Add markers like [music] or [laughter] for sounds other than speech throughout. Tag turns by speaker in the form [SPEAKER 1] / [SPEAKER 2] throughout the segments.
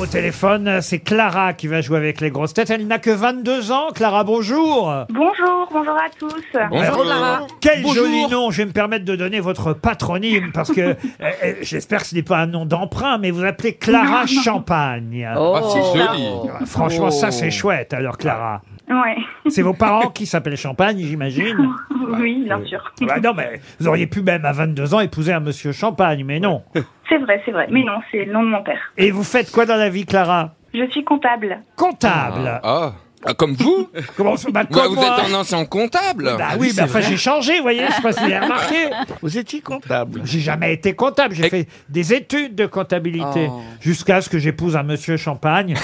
[SPEAKER 1] Au téléphone, c'est Clara qui va jouer avec les grosses têtes. Elle n'a que 22 ans. Clara, bonjour.
[SPEAKER 2] Bonjour, bonjour à tous.
[SPEAKER 1] Bonjour, Quel joli nom. Je vais me permettre de donner votre patronyme parce que [laughs] euh, euh, j'espère que ce n'est pas un nom d'emprunt, mais vous appelez Clara Champagne.
[SPEAKER 3] Ah,
[SPEAKER 1] Oh.
[SPEAKER 3] c'est joli.
[SPEAKER 1] Franchement, ça
[SPEAKER 3] Oh.
[SPEAKER 1] c'est chouette alors, Clara.
[SPEAKER 2] Ouais.
[SPEAKER 1] C'est vos parents qui s'appellent Champagne,
[SPEAKER 3] [laughs]
[SPEAKER 1] j'imagine.
[SPEAKER 2] Oui, bien sûr.
[SPEAKER 1] Bah non, mais vous auriez pu même à 22 ans épouser un monsieur Champagne, mais non.
[SPEAKER 2] C'est vrai, c'est vrai. Mais non, c'est le nom de mon père.
[SPEAKER 1] Et vous faites quoi dans la vie, Clara
[SPEAKER 2] Je suis comptable.
[SPEAKER 1] Comptable.
[SPEAKER 3] Ah. Ah, comme vous
[SPEAKER 1] Comment ça bah, [laughs]
[SPEAKER 3] Quoi,
[SPEAKER 1] comme
[SPEAKER 3] Vous
[SPEAKER 1] moi.
[SPEAKER 3] êtes un ancien comptable
[SPEAKER 4] Ah
[SPEAKER 1] Bah oui, bah, enfin, j'ai changé, vous voyez, je sais pas si vous avez remarqué.
[SPEAKER 4] [laughs] Vous étiez comptable.
[SPEAKER 1] J'ai jamais été comptable, j'ai
[SPEAKER 3] Et-
[SPEAKER 1] fait des études de comptabilité
[SPEAKER 3] Oh.
[SPEAKER 1] jusqu'à ce que j'épouse un monsieur
[SPEAKER 4] [laughs]
[SPEAKER 1] Champagne.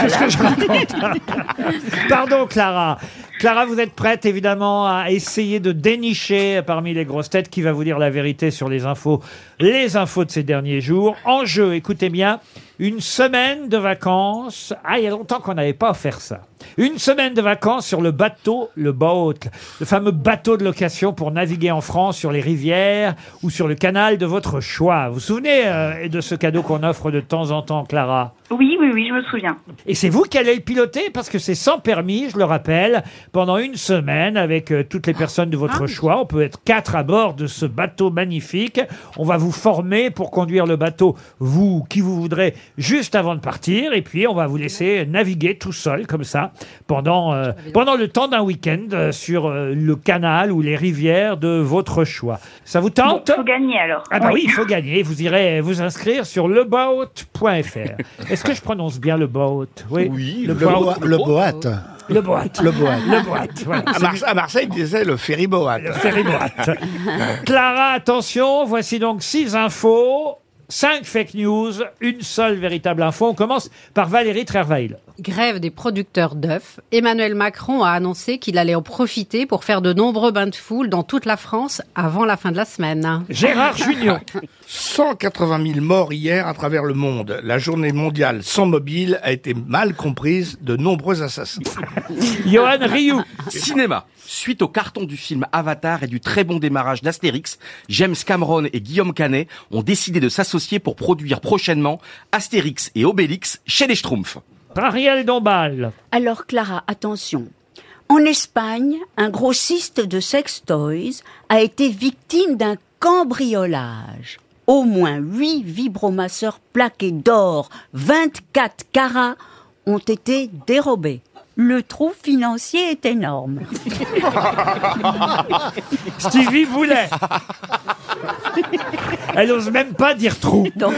[SPEAKER 1] Qu'est-ce que je raconte Pardon Clara. Clara, vous êtes prête évidemment à essayer de dénicher parmi les grosses têtes qui va vous dire la vérité sur les infos, les infos de ces derniers jours. En jeu, écoutez bien, une semaine de vacances. Ah, il y a longtemps qu'on n'avait pas offert ça. Une semaine de vacances sur le bateau, le boat, le fameux bateau de location pour naviguer en France sur les rivières ou sur le canal de votre choix. Vous vous souvenez euh, de ce cadeau qu'on offre de temps en temps, Clara
[SPEAKER 2] Oui, oui, oui, je me souviens.
[SPEAKER 1] et c'est vous qui allez le piloter parce que c'est sans permis, je le rappelle, pendant une semaine avec euh, toutes les personnes de votre choix. On peut être quatre à bord de ce bateau magnifique. On va vous former pour conduire le bateau, vous, qui vous voudrez, juste avant de partir. Et puis, on va vous laisser naviguer tout seul, comme ça, pendant, euh, pendant le temps d'un week-end euh, sur euh, le canal ou les rivières de votre choix. Ça vous
[SPEAKER 2] Bon,
[SPEAKER 1] tente
[SPEAKER 2] faut gagner alors.
[SPEAKER 1] ah bah oui, il faut gagner. Vous irez vous inscrire sur leboat.fr. Est-ce que je prononce bien le boat Oui. le,
[SPEAKER 4] Le,
[SPEAKER 1] boat.
[SPEAKER 4] boa- le boat.
[SPEAKER 1] Le boat.
[SPEAKER 4] Le boat.
[SPEAKER 1] Le boat. Voilà.
[SPEAKER 4] À, Marse- à Marseille, ils disaient le ferry boat.
[SPEAKER 1] Le ferry boat. Clara, attention. Voici donc six infos, cinq fake news, une seule véritable info. On commence par Valérie Trerveil.
[SPEAKER 5] Grève des producteurs d'œufs, Emmanuel Macron a annoncé qu'il allait en profiter pour faire de nombreux bains de foule dans toute la France avant la fin de la semaine.
[SPEAKER 1] Gérard Junior.
[SPEAKER 4] 180 000 morts hier à travers le monde. La journée mondiale sans mobile a été mal comprise de nombreux assassins.
[SPEAKER 1] Johan Rioux.
[SPEAKER 6] Cinéma. Suite au carton du film Avatar et du très bon démarrage d'Astérix, James Cameron et Guillaume Canet ont décidé de s'associer pour produire prochainement Astérix et Obélix chez les Schtroumpfs.
[SPEAKER 1] Ariel Dombal.
[SPEAKER 7] Alors Clara, attention. En Espagne, un grossiste de sex toys a été victime d'un cambriolage. Au moins 8 vibromasseurs plaqués d'or, 24 carats, ont été dérobés. Le trou financier est énorme.
[SPEAKER 1] Stevie Boulet. Elle ose même pas dire trou.
[SPEAKER 7] Donc,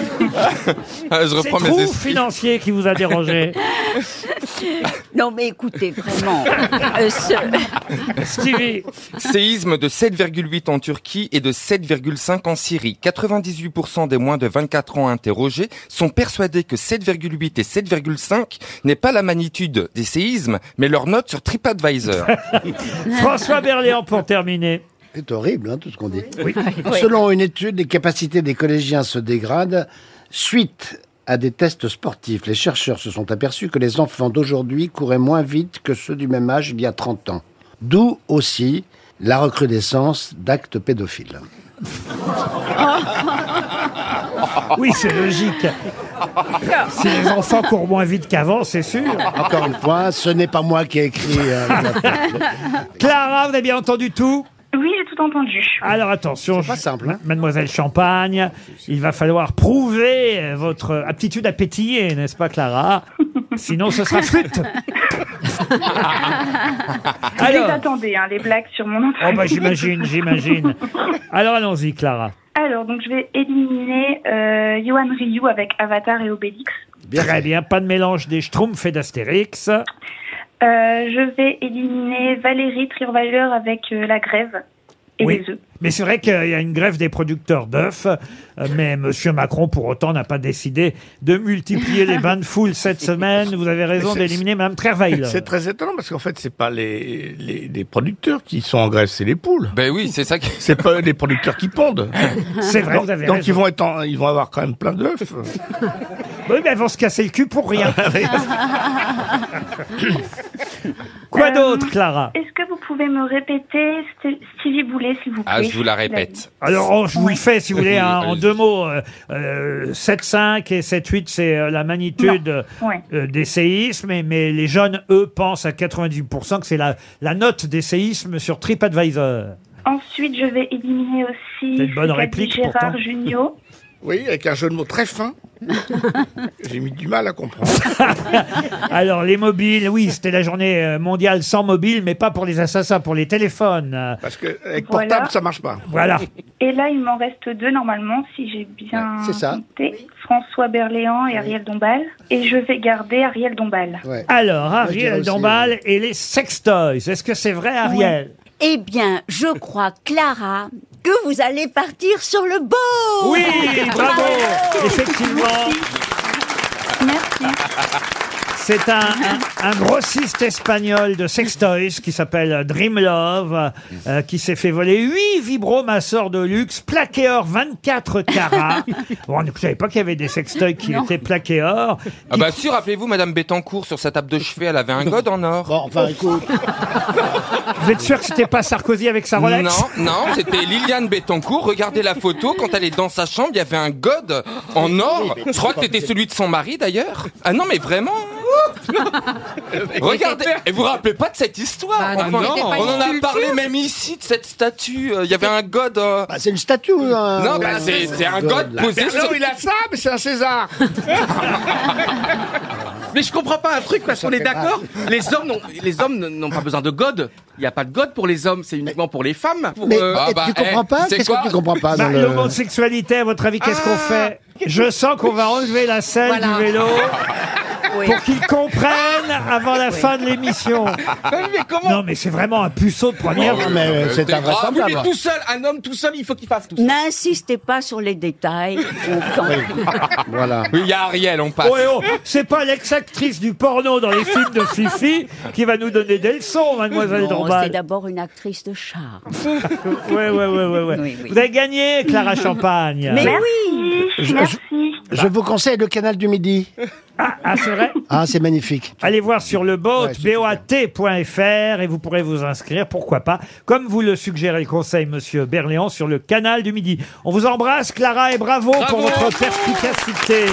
[SPEAKER 3] Ah, Je
[SPEAKER 1] C'est
[SPEAKER 3] reprends
[SPEAKER 1] trou
[SPEAKER 3] mes esprits.
[SPEAKER 1] financier qui vous a dérangé.
[SPEAKER 7] non mais écoutez, vraiment, euh, ce-
[SPEAKER 1] Stevie.
[SPEAKER 3] Séisme de 7,8 en Turquie et de 7,5 en Syrie. 98% des moins de 24 ans interrogés sont persuadés que 7,8 et 7,5 n'est pas la magnitude des séismes, mais leur note
[SPEAKER 1] [laughs]
[SPEAKER 3] sur TripAdvisor.
[SPEAKER 1] François Berléand pour terminer.
[SPEAKER 8] C'est horrible, hein, tout ce qu'on dit. Selon une étude, les capacités des collégiens se dégradent suite à des tests sportifs. Les chercheurs se sont aperçus que les enfants d'aujourd'hui couraient moins vite que ceux du même âge il y a 30 ans. D'où aussi la recrudescence d'actes pédophiles.
[SPEAKER 1] Oui, c'est logique. Si les enfants courent moins vite qu'avant, c'est sûr.
[SPEAKER 8] Encore une fois, ce n'est pas moi qui ai écrit. euh,
[SPEAKER 1] Clara, vous avez bien entendu tout
[SPEAKER 2] Oui, j'ai tout entendu.
[SPEAKER 1] Alors attention,
[SPEAKER 8] pas
[SPEAKER 1] je-
[SPEAKER 8] simple, hein.
[SPEAKER 1] mademoiselle Champagne, il va falloir prouver euh, votre aptitude à pétiller, n'est-ce pas Clara Sinon ce sera flûte.
[SPEAKER 2] Je les
[SPEAKER 1] Alors,
[SPEAKER 2] attendais, hein, les blagues sur mon
[SPEAKER 1] oh bah,
[SPEAKER 2] entrée.
[SPEAKER 1] j'imagine, j'imagine. Alors allons-y Clara.
[SPEAKER 2] Alors, donc je vais éliminer euh, Johan Ryu avec Avatar et Obélix.
[SPEAKER 1] Très bien, pas de mélange des Schtroumpfs et d'Astérix.
[SPEAKER 2] Euh, je vais éliminer Valérie Trierweiler avec euh, La Grève et
[SPEAKER 1] Oui.
[SPEAKER 2] les œufs.
[SPEAKER 1] Mais c'est vrai qu'il y a une grève des producteurs d'œufs, euh, mais Monsieur Macron, pour autant, n'a pas décidé de multiplier les bains de foule cette semaine. Vous avez raison
[SPEAKER 4] C'est-
[SPEAKER 1] d'éliminer Mme Trerveil.
[SPEAKER 4] C'est très étonnant parce qu'en fait, c'est pas les, les, les producteurs qui sont en grève, c'est les poules.
[SPEAKER 3] ben oui, c'est ça qui...
[SPEAKER 4] C'est pas les producteurs qui pondent.
[SPEAKER 1] C'est [laughs] vrai, vous avez
[SPEAKER 4] donc
[SPEAKER 1] raison.
[SPEAKER 4] ils vont Ah être en- ils vont avoir quand même plein d'œufs.
[SPEAKER 1] Oui, mais elles vont se casser le cul pour rien. Quoi d'autre, Clara
[SPEAKER 2] Est-ce que vous pouvez me répéter St- Stevie Boulet, s'il vous plaît
[SPEAKER 3] Ah, je vous la répète.
[SPEAKER 1] Alors, oh, je vous le fais, si vous voulez, hein, en
[SPEAKER 3] Allez-y.
[SPEAKER 1] deux mots. euh, euh, 7,5 et 7,8, c'est euh, la magnitude euh,
[SPEAKER 2] Ouais.
[SPEAKER 1] euh, des séismes. Mais, mais les jeunes, eux, pensent à 98% que c'est la, la note des séismes sur
[SPEAKER 8] [laughs]
[SPEAKER 1] TripAdvisor.
[SPEAKER 2] Ensuite, je vais éliminer aussi
[SPEAKER 1] C'est une bonne
[SPEAKER 2] Frédéric
[SPEAKER 1] réplique,
[SPEAKER 2] Gérard
[SPEAKER 1] pourtant. [laughs]
[SPEAKER 2] Junio.
[SPEAKER 4] Oui, avec un jeu de mots très fin. J'ai mis du mal à comprendre.
[SPEAKER 1] Alors, les mobiles, oui, c'était la journée euh, mondiale sans mobile, mais pas pour les assassins, pour les téléphones. Euh,
[SPEAKER 4] Parce que avec
[SPEAKER 2] Voilà.
[SPEAKER 4] portable, ça marche pas.
[SPEAKER 1] Voilà.
[SPEAKER 2] Et là, il m'en reste deux normalement, si j'ai bien
[SPEAKER 8] Ouais, c'est ça.
[SPEAKER 2] compté. François Berléand et Ariel Dombal. Et je vais garder Ariel Dombal.
[SPEAKER 8] Ouais.
[SPEAKER 1] Alors,
[SPEAKER 8] je dirais
[SPEAKER 1] Ariel
[SPEAKER 8] aussi, euh,
[SPEAKER 1] Dombal et les sextoys. Est-ce que c'est vrai, Ariel
[SPEAKER 7] Eh bien, je crois, Clara, que vous allez partir sur le beau
[SPEAKER 1] Oui, bravo Effectivement
[SPEAKER 2] Merci.
[SPEAKER 1] C'est un, un- un grossiste espagnol de sextoys qui s'appelle Dream Love, euh, qui s'est fait voler 8 vibromasseurs de luxe, plaqué or 24 carats. bon, je ne savais pas qu'il y avait des sextoys qui étaient plaqués or.
[SPEAKER 3] Ah bah si, rappelez-vous, Madame Bettencourt, sur sa table de chevet,
[SPEAKER 1] [laughs]
[SPEAKER 3] elle avait un god en or.
[SPEAKER 8] Bon, enfin, écoute,
[SPEAKER 1] Vous êtes sûr que c'était pas Sarkozy avec
[SPEAKER 5] Ah,
[SPEAKER 1] sa Rolex
[SPEAKER 3] Non, non, c'était Liliane Bettencourt. Regardez la photo, quand elle est dans sa chambre, il y avait un god en or. Je crois que c'était celui de son mari, d'ailleurs. Ah non, mais vraiment Regardez, et vous vous rappelez pas de cette histoire
[SPEAKER 5] Bah non,
[SPEAKER 3] Enfin,
[SPEAKER 5] mais c'était pas
[SPEAKER 3] On
[SPEAKER 5] une
[SPEAKER 3] en a
[SPEAKER 5] culture.
[SPEAKER 3] parlé même ici, de cette statue. Euh, Il y avait un god... euh,
[SPEAKER 1] Ah,
[SPEAKER 8] bah, c'est une statue. ou
[SPEAKER 1] hein.
[SPEAKER 4] Ah,
[SPEAKER 8] un-
[SPEAKER 3] Non, bah, c'est c'est un god posé
[SPEAKER 4] Berlot,
[SPEAKER 3] sur... Ah,
[SPEAKER 4] il a ça, mais c'est un César.
[SPEAKER 6] [laughs] Mais je comprends pas un truc parce qu'on est
[SPEAKER 8] fait mal.
[SPEAKER 6] d'accord. Les hommes n'ont, les hommes n'ont pas besoin de God. Il n'y a pas de God pour les hommes, c'est uniquement pour les femmes. Pour,
[SPEAKER 8] Mais
[SPEAKER 6] euh,
[SPEAKER 3] Ah
[SPEAKER 8] et
[SPEAKER 3] bah,
[SPEAKER 8] tu comprends
[SPEAKER 3] eh,
[SPEAKER 8] pas
[SPEAKER 3] c'est
[SPEAKER 8] Qu'est-ce que
[SPEAKER 3] quoi
[SPEAKER 8] tu comprends pas Ah,
[SPEAKER 1] Bah,
[SPEAKER 8] dans
[SPEAKER 1] Le
[SPEAKER 8] le-
[SPEAKER 1] homosexualité, à votre avis, qu'est-ce
[SPEAKER 7] Ah.
[SPEAKER 1] qu'on fait Je sens qu'on va enlever la selle
[SPEAKER 5] Voilà.
[SPEAKER 1] du
[SPEAKER 7] [laughs]
[SPEAKER 1] vélo pour qu'ils comprennent avant la fin de
[SPEAKER 7] [laughs]
[SPEAKER 1] l'émission.
[SPEAKER 6] Ah. mais comment
[SPEAKER 1] Non, mais c'est vraiment un puceau de première.
[SPEAKER 7] Oh,
[SPEAKER 8] Non, mais euh, c'est
[SPEAKER 3] C'était
[SPEAKER 6] Oui, mais
[SPEAKER 8] invraisemblable.
[SPEAKER 6] tout seul, un homme tout seul, il faut qu'il fasse tout.
[SPEAKER 7] N'insistez pas sur les détails. on s'en-
[SPEAKER 8] Voilà.
[SPEAKER 3] Oui, il y a Ariel, on passe.
[SPEAKER 1] Oh, eh oh, c'est pas l'ex-actrice du porno dans les films de Fifi qui va nous donner des leçons, mademoiselle
[SPEAKER 7] Non, c'est
[SPEAKER 1] Dombal.
[SPEAKER 7] d'abord une actrice de charme.
[SPEAKER 1] Ouais, ouais, ouais, ouais, ouais.
[SPEAKER 7] Oui, oui.
[SPEAKER 1] Vous avez gagné,
[SPEAKER 7] [laughs]
[SPEAKER 1] Clara Champagne.
[SPEAKER 7] Mais
[SPEAKER 8] Je-
[SPEAKER 2] Merci. Merci.
[SPEAKER 8] Je vous conseille le canal du Midi.
[SPEAKER 1] Ah, c'est vrai
[SPEAKER 8] Ah, c'est magnifique.
[SPEAKER 1] Allez voir sur le boat,
[SPEAKER 8] Ouais, c'est
[SPEAKER 1] boat.fr, et vous pourrez vous inscrire, pourquoi pas, comme vous le suggérez le conseil, monsieur Berléand, sur le canal du Midi. On vous embrasse, Clara, et bravo, pour votre perspicacité.